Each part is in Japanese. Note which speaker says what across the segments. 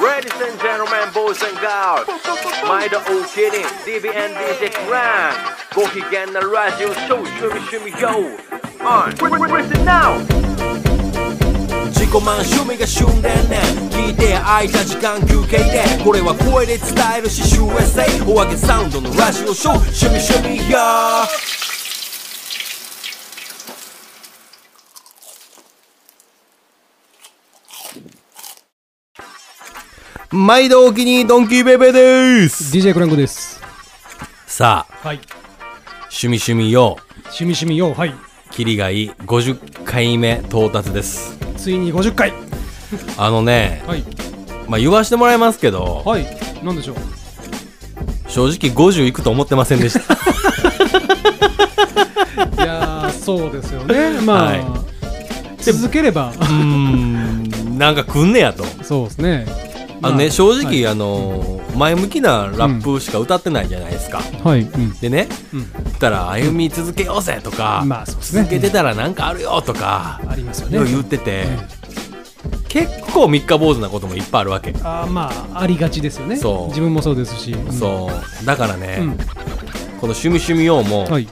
Speaker 1: Ladies and gentlemen, boys and girls 毎度お気に DBN DJ クランご機嫌なラジオショー趣味趣味 YO On Listen now
Speaker 2: 自己満趣味が旬でね聞いて空いた時間休憩でこれは声で伝えるし USA お揚げサウンドのラジオショー趣味趣味や毎度お気に入りドンキーベイベーでーす
Speaker 3: DJ クランクです。
Speaker 2: さあ
Speaker 3: はい。
Speaker 2: 趣味趣味よ
Speaker 3: しみしみよ、はい。
Speaker 2: キリがいい50回目到達です
Speaker 3: ついに50回。
Speaker 2: あのね
Speaker 3: はい。
Speaker 2: まあ言わしてもらいますけど
Speaker 3: はい。なんでしょう。
Speaker 2: 正直50いくと思ってませんでした
Speaker 3: いや ー、そうですよね。まあ、
Speaker 2: は
Speaker 3: 続ければ、
Speaker 2: うーんなんかくんねやと
Speaker 3: そうですね。
Speaker 2: あの
Speaker 3: ま
Speaker 2: ね正直、
Speaker 3: はい
Speaker 2: あのー前向きなラップしか歌ってないじゃないですか、
Speaker 3: はい。うん。
Speaker 2: でね
Speaker 3: うん。
Speaker 2: 言ったら歩み続けようぜとか、
Speaker 3: まあ、そうですね。
Speaker 2: 続けてたらなんかあるよとか、
Speaker 3: ありますよ
Speaker 2: よう言
Speaker 3: ね
Speaker 2: っ。てて、結構三日坊主なこともいっぱいあるわけ、
Speaker 3: あーまあ、ありがちですよね。
Speaker 2: そう
Speaker 3: 自分もそうですし。うん
Speaker 2: そうだからね、
Speaker 3: うん。
Speaker 2: この「趣味趣味用も、
Speaker 3: はい。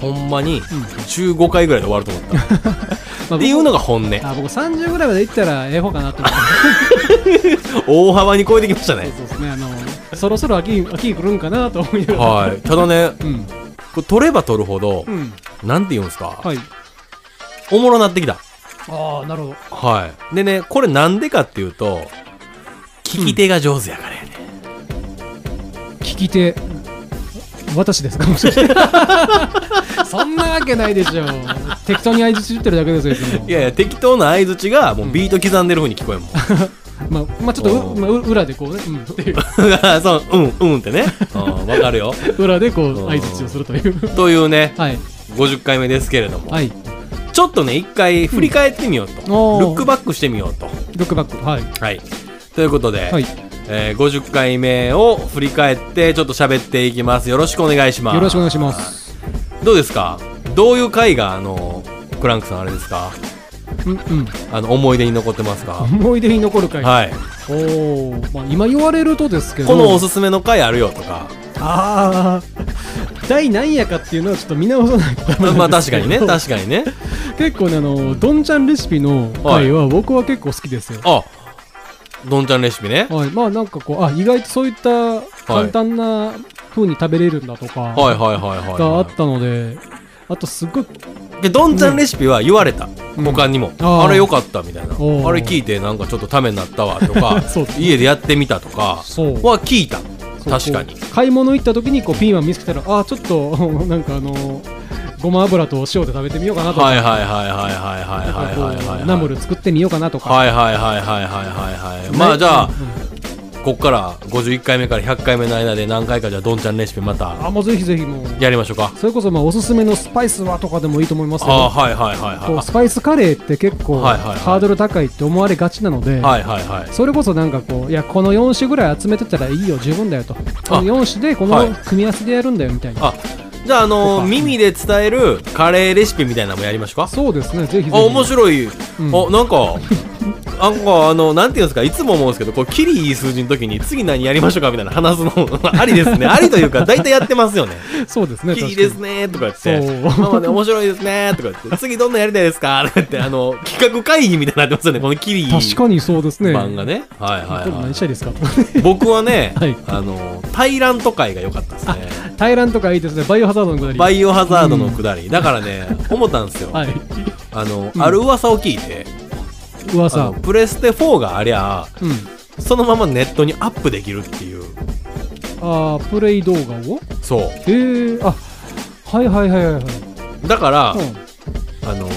Speaker 2: ほんまに15回ぐらいで終わると思った、
Speaker 3: まあ
Speaker 2: っていうのが本音
Speaker 3: 僕あ僕30ぐらいまでいったらええ方かなと思って
Speaker 2: 大幅に超えてきました ね
Speaker 3: そうですねあのそろそろ秋秋来るんかなと思いながら
Speaker 2: はいただね
Speaker 3: うん
Speaker 2: これ取れば取るほど、
Speaker 3: うん
Speaker 2: なんて言うんですか、
Speaker 3: はい
Speaker 2: おもろなってきた
Speaker 3: ああなるほど
Speaker 2: はい。でね、これなんでかっていうと、聞き手が上手やからやね。
Speaker 3: 聞き手私ですかもしかして そんなわけないでしょ適当に相槌打ってるだけですよいつも
Speaker 2: いやいや、適当な相槌がもうビート刻んでる風に聞こえるもん。
Speaker 3: まあ、まあ、ちょっと
Speaker 2: お
Speaker 3: う、
Speaker 2: ー
Speaker 3: まあ、う裏でこうね、うん、っていう
Speaker 2: そう、うん、うんってね。うんわかるよ。
Speaker 3: 裏でこう
Speaker 2: おー
Speaker 3: 相槌をするという
Speaker 2: というね、
Speaker 3: はい
Speaker 2: 50回目ですけれども、
Speaker 3: はい
Speaker 2: ちょっとね、一回振り返ってみようと。
Speaker 3: おー
Speaker 2: ルックバックしてみようと。
Speaker 3: ロックバックはい
Speaker 2: はい。ということで、
Speaker 3: はい
Speaker 2: えー50回目を振り返って、ちょっと喋っていきます。よろしくお願いします。
Speaker 3: よろしくお願いしま。す
Speaker 2: どうですかどういう回が、あの、クランクさんあれですか
Speaker 3: うんうん
Speaker 2: あの、思い出に残ってますか
Speaker 3: 思い出に残る回、
Speaker 2: はい。
Speaker 3: おおーまあ今言われるとですけど
Speaker 2: このおすすめの回あるよとか、
Speaker 3: ああ第何夜かっていうのはちょっと見直さないとダメ
Speaker 2: ま
Speaker 3: な
Speaker 2: あ
Speaker 3: んです
Speaker 2: 確か
Speaker 3: けど
Speaker 2: に ね、確かにね。
Speaker 3: 結構ねあのどんちゃんレシピの回は僕は結構好きですよ
Speaker 2: あ、どんちゃんレシピね。
Speaker 3: はい、まあなんかこうあ意外とそういった簡単な風に食べれるんだとか、
Speaker 2: はいはいはいはい、
Speaker 3: があっ
Speaker 2: は
Speaker 3: たのであとすごい
Speaker 2: い。で、どんちゃんレシピは言われた。
Speaker 3: うん
Speaker 2: 他にも。
Speaker 3: あー
Speaker 2: あれよかったみたいな。あ
Speaker 3: おー
Speaker 2: れ聞いてなんかちょっとためになったわとか
Speaker 3: そう、
Speaker 2: 家でやってみたとか、
Speaker 3: そう
Speaker 2: は聞いた。
Speaker 3: そう
Speaker 2: 確かに
Speaker 3: こ。う買い物行った時にこうピーマン見つけたらあちょっと なんかあのごま油と塩で食べてみようかなとか,、
Speaker 2: はいはいはいはいはいはいはいはいはいはい。
Speaker 3: ナムル作ってみようかなとか、
Speaker 2: はいはいはいはいはいはいはい。まあじゃあ、こっから51回目から100回目の間で何回かじゃあどんちゃんレシピまた
Speaker 3: あもうぜひぜひもう
Speaker 2: やりましょうか。
Speaker 3: それこそまあおすすめのスパイスはとかでもいいと思いますけ
Speaker 2: あー
Speaker 3: ど
Speaker 2: はいはいはい
Speaker 3: こう
Speaker 2: は
Speaker 3: スパイスカレーって結構
Speaker 2: はいはいはい
Speaker 3: ハードル高いって思われがちなので、
Speaker 2: い。はいはいはい。
Speaker 3: それこそなんかこういやこの4種ぐらい集めてたらいいよ十分だよとこの4種でこ
Speaker 2: はい
Speaker 3: の組み合わせでやるんだよみたいな、
Speaker 2: あじゃあ、あ
Speaker 3: と
Speaker 2: の
Speaker 3: か
Speaker 2: 耳で伝えるカレーレシピみたいなのもやりましょうか。
Speaker 3: そうですねぜひぜひ
Speaker 2: あ、面白い。
Speaker 3: うん
Speaker 2: あ、なんか、あなんか、あの、なんていうんですか、いつも思うんですけど、こう、キリいい数字の時に、次何やりましょうかみたいな話すの、 ありですね。ありというか、大体やってますよ ね。
Speaker 3: そうですね
Speaker 2: キリ
Speaker 3: 確
Speaker 2: です
Speaker 3: か
Speaker 2: ねとか言って、
Speaker 3: そう
Speaker 2: ママね、面白いですねとか言って、次どんなやりたいですかとか言って、あの、企画会議みたいになってますよね、このキリいい
Speaker 3: に確かにそうですね
Speaker 2: 版がね。はいはい
Speaker 3: 今日
Speaker 2: は
Speaker 3: 何したいですか とか
Speaker 2: い。僕はね、
Speaker 3: はい
Speaker 2: あの、タイラント会が良かったですね。
Speaker 3: タイランとかいいですねバイオハザードのくだり
Speaker 2: バイオハザードのくだり、だから ね思ったんですよ、
Speaker 3: はい
Speaker 2: あの、
Speaker 3: うん
Speaker 2: ある噂を聞いてあ
Speaker 3: 噂
Speaker 2: のプレステ4がありゃ
Speaker 3: うん
Speaker 2: そのままネットにアップできるっていう
Speaker 3: あープレイ動画を
Speaker 2: そ
Speaker 3: へえあはいはいはいはいはいう
Speaker 2: だから、
Speaker 3: う
Speaker 2: あの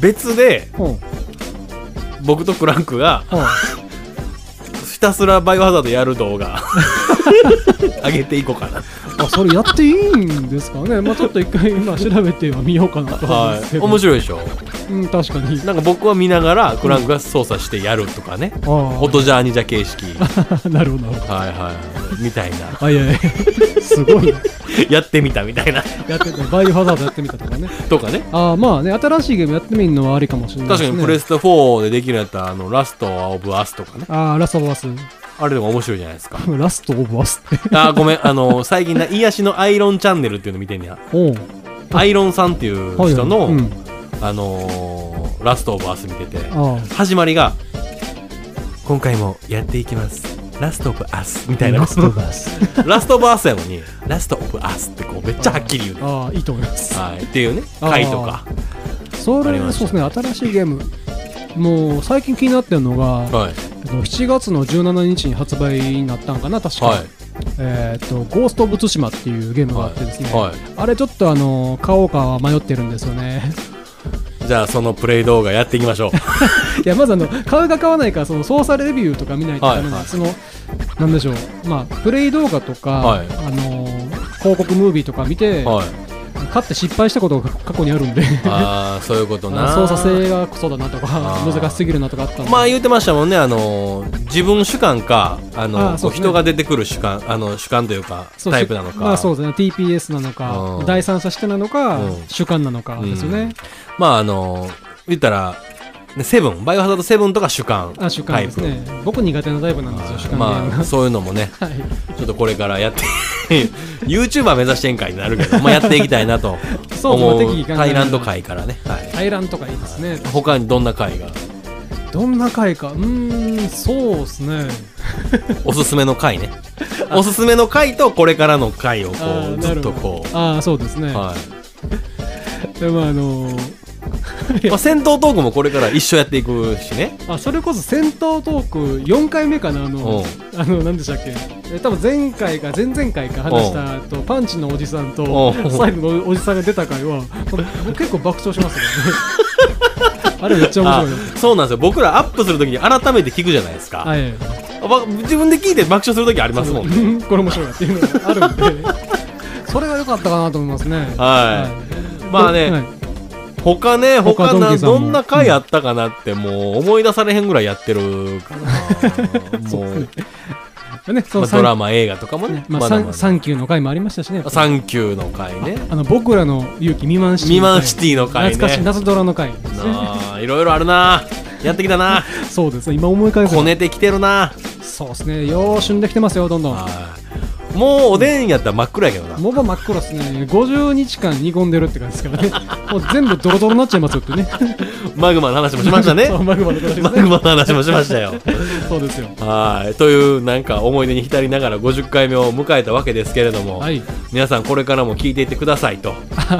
Speaker 2: 別で
Speaker 3: んうんうん
Speaker 2: 僕とクランクがひたすらバイオハザードやる動 画上げていこうかな
Speaker 3: あそれやっていいんですかねまあちょっと一回今調べてはみようかなと思うんです
Speaker 2: は
Speaker 3: け
Speaker 2: い
Speaker 3: ど
Speaker 2: 面白いでしょ
Speaker 3: うん、確かに。
Speaker 2: なんか僕は見ながらクランクが操作してやるとかね、
Speaker 3: ああ
Speaker 2: フォトジャーニジャ形式は
Speaker 3: なるほど。
Speaker 2: いはいみたいな
Speaker 3: あ、いやいや、すごい。
Speaker 2: やってみたみたいな
Speaker 3: やってた。バイオハザードやってみたとかね。
Speaker 2: とかね
Speaker 3: ああ、まあね、新しいゲームやってみるのはありかもしれないで
Speaker 2: 確
Speaker 3: す
Speaker 2: か
Speaker 3: ね。
Speaker 2: にプレステ4でできるんやったらあのラストオブアスとかね
Speaker 3: ああ、ラストオブアス。
Speaker 2: あれでも面白いじゃないですか
Speaker 3: ラストオブアスって。
Speaker 2: あーごめんあの最近な癒しのアイロンチャンネルっていうの見てんねや
Speaker 3: おう
Speaker 2: アイロンさんっていう
Speaker 3: はいはい
Speaker 2: 人の、
Speaker 3: うん
Speaker 2: あのーラストオブアス見てて
Speaker 3: あ
Speaker 2: 始まりが今回もやっていきますラストオブアスみた
Speaker 3: あ。
Speaker 2: いな
Speaker 3: ラストオブアス。
Speaker 2: ラストオブアスやのに、ラストオブアスってこうめっちゃはっきり言うね。
Speaker 3: ああ、いいと思います。
Speaker 2: はい、っていうね、
Speaker 3: あー
Speaker 2: 回とか。
Speaker 3: そ
Speaker 2: あり
Speaker 3: れ
Speaker 2: ま
Speaker 3: は
Speaker 2: し
Speaker 3: そ
Speaker 2: た
Speaker 3: うですね、新しいゲーム。もう最近気になってるのが、
Speaker 2: はい。
Speaker 3: えっと7月の17日に発売になったんかな、確か、
Speaker 2: はい。
Speaker 3: えーっと、ゴースト・オブ・ツシマっていうゲームがあってですね、
Speaker 2: はいはい
Speaker 3: あれちょっとあの買おうか迷ってるんですよね。
Speaker 2: じゃあそのプレイ動画やっていきましょう。
Speaker 3: いや、まずあの、買うか買わないか、その操作レビューとか見ないとダメなん
Speaker 2: は
Speaker 3: で、
Speaker 2: いはい
Speaker 3: その、なんでしょう、まあ、プレイ動画とか、
Speaker 2: はい
Speaker 3: あの広告ムービーとか見て、
Speaker 2: はい。
Speaker 3: 買って失敗したことが 過去にあるんで。
Speaker 2: ああ、そういうことな。
Speaker 3: 操作性がクソだなとか
Speaker 2: あー
Speaker 3: 難しすぎるなとかあったんで
Speaker 2: まあ言ってましたもんね、あのー、自分主観か、あのー
Speaker 3: あーそうですね
Speaker 2: 人が出てくる主観、あの、主観というか、
Speaker 3: そう
Speaker 2: タイプなのか。
Speaker 3: まあ、そうですね TPS なのか
Speaker 2: うん
Speaker 3: 第三者視点なのか
Speaker 2: うん
Speaker 3: 主観なのかですよね、
Speaker 2: まああのー、言ったら、ねセブン、バイオハザードセブンとか主観。
Speaker 3: あ主観ですね僕苦手なタイプなんですよ主観ゲームが、
Speaker 2: まあそういうのもね、
Speaker 3: はい
Speaker 2: ちょっとこれからやって、YouTuber 目指してんかいになるけど、まあ、やっていきたいなと
Speaker 3: そう
Speaker 2: 思
Speaker 3: そう適宜
Speaker 2: う
Speaker 3: 考えながら
Speaker 2: タイランド会からね、はい
Speaker 3: 対覧とかいいですね
Speaker 2: 他にどんな会が
Speaker 3: どんな回かうーんそうですね
Speaker 2: おすすめの会 ねおすすめの会とこれからの会をこ
Speaker 3: あー
Speaker 2: う
Speaker 3: な
Speaker 2: ずっ
Speaker 3: る
Speaker 2: と
Speaker 3: ほど
Speaker 2: こう、
Speaker 3: ああそうですね、
Speaker 2: はい
Speaker 3: でもあのー
Speaker 2: まあ、戦闘トークもこれから一緒やっていくしね
Speaker 3: あそれこそ戦闘トーク4回目かなあのあの何でしたっけえ多分前回か前々回か話したとパンチのおじさん
Speaker 2: お
Speaker 3: と
Speaker 2: う
Speaker 3: 最後のおじさんが出た回はこれ僕結構爆笑しますよね あれめっちゃ面
Speaker 2: あ
Speaker 3: 白いよ
Speaker 2: そうなんですよ僕らアップするときに改めて聞くじゃないですか、
Speaker 3: はい
Speaker 2: ば自分で聞いて爆笑するときありますもんね
Speaker 3: うん これ面白いなっていうのがあるんで それが良かったかなと思いますね
Speaker 2: はいまあね、
Speaker 3: はい
Speaker 2: 他ね
Speaker 3: 他
Speaker 2: 他
Speaker 3: ドン
Speaker 2: な
Speaker 3: キさんも
Speaker 2: どんな回あったかなってもう思い出されへんぐらいやってるから もう
Speaker 3: ねそ
Speaker 2: ま
Speaker 3: の
Speaker 2: あドラ
Speaker 3: 三
Speaker 2: マ映画とかもね
Speaker 3: ま
Speaker 2: まだ
Speaker 3: あさ
Speaker 2: まだ
Speaker 3: んサンキューの回もありましたしね
Speaker 2: あサンキューの回ね
Speaker 3: あの僕らの勇気未満シティ
Speaker 2: 未満シティの回ね
Speaker 3: 懐かしい夏ドラの回ですね
Speaker 2: なあいろいろあるなやってきたな
Speaker 3: そうですね、今思い返す
Speaker 2: こねてきてるな
Speaker 3: そうですね、よーしゅんできてますよ、どんどん。
Speaker 2: はいもうおでんやったら真っ暗やけどな
Speaker 3: もば真っ黒ですね、50日間煮込んでるって感じですからね、 もう全部ドロドロになっちゃいますよってね。
Speaker 2: マグマの話もしましたね
Speaker 3: そうマグマの話
Speaker 2: マグマの話もしましたよ
Speaker 3: そうですよ。
Speaker 2: はいというなんか思い出に浸りながら50回目を迎えたわけですけれども、
Speaker 3: はい、
Speaker 2: 皆さんこれからも聞いていってくださいと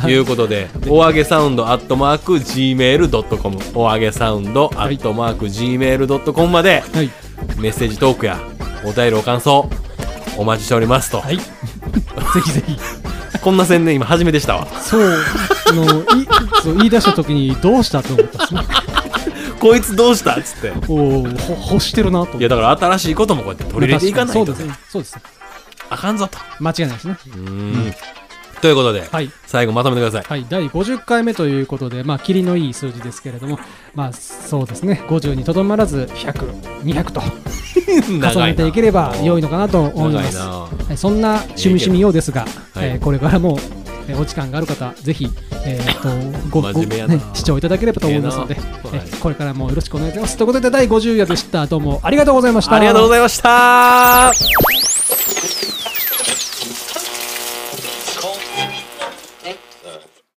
Speaker 2: いうことでおあげサウンドアットマーク Gmail.com おあげサウンドアットマーク Gmail.com まで
Speaker 3: はい、
Speaker 2: メッセージトークやお便りお感想お待ちしておりますと、
Speaker 3: はい、ぜひぜひ。
Speaker 2: こんな宣伝今初めてしたわ
Speaker 3: そう、あの、いそう言い出した時に、どうしたと思っ たっすね。
Speaker 2: こいつどうしたっつって
Speaker 3: おーほ欲してるなと思っ
Speaker 2: い
Speaker 3: て。
Speaker 2: やだから新しいこともこうやって取り入れていかない
Speaker 3: まあ
Speaker 2: と
Speaker 3: 確かにそうですね、そうです。
Speaker 2: あかんぞと
Speaker 3: 間違いないですね。
Speaker 2: うーんということで、
Speaker 3: はい。
Speaker 2: 最後まとめてください
Speaker 3: はい、第50回目ということで、まあ、霧のいい数字ですけれども、まあ、そうですね、50にとどまらず、100、200と重ねていければ良いのかなと思いま
Speaker 2: 長い
Speaker 3: す。
Speaker 2: な
Speaker 3: は、
Speaker 2: はい
Speaker 3: そんな趣味趣味ようですが、
Speaker 2: はい
Speaker 3: えーこれからも、えーお時間がある方、ぜひ、え ー、とごご、
Speaker 2: 真面目やな
Speaker 3: ね、視聴いただければと思いますので、
Speaker 2: ええな
Speaker 3: えーこれからもよろしくお願いします。ということで、第50夜でした。どうもありがとうございました。
Speaker 2: ありがとうございました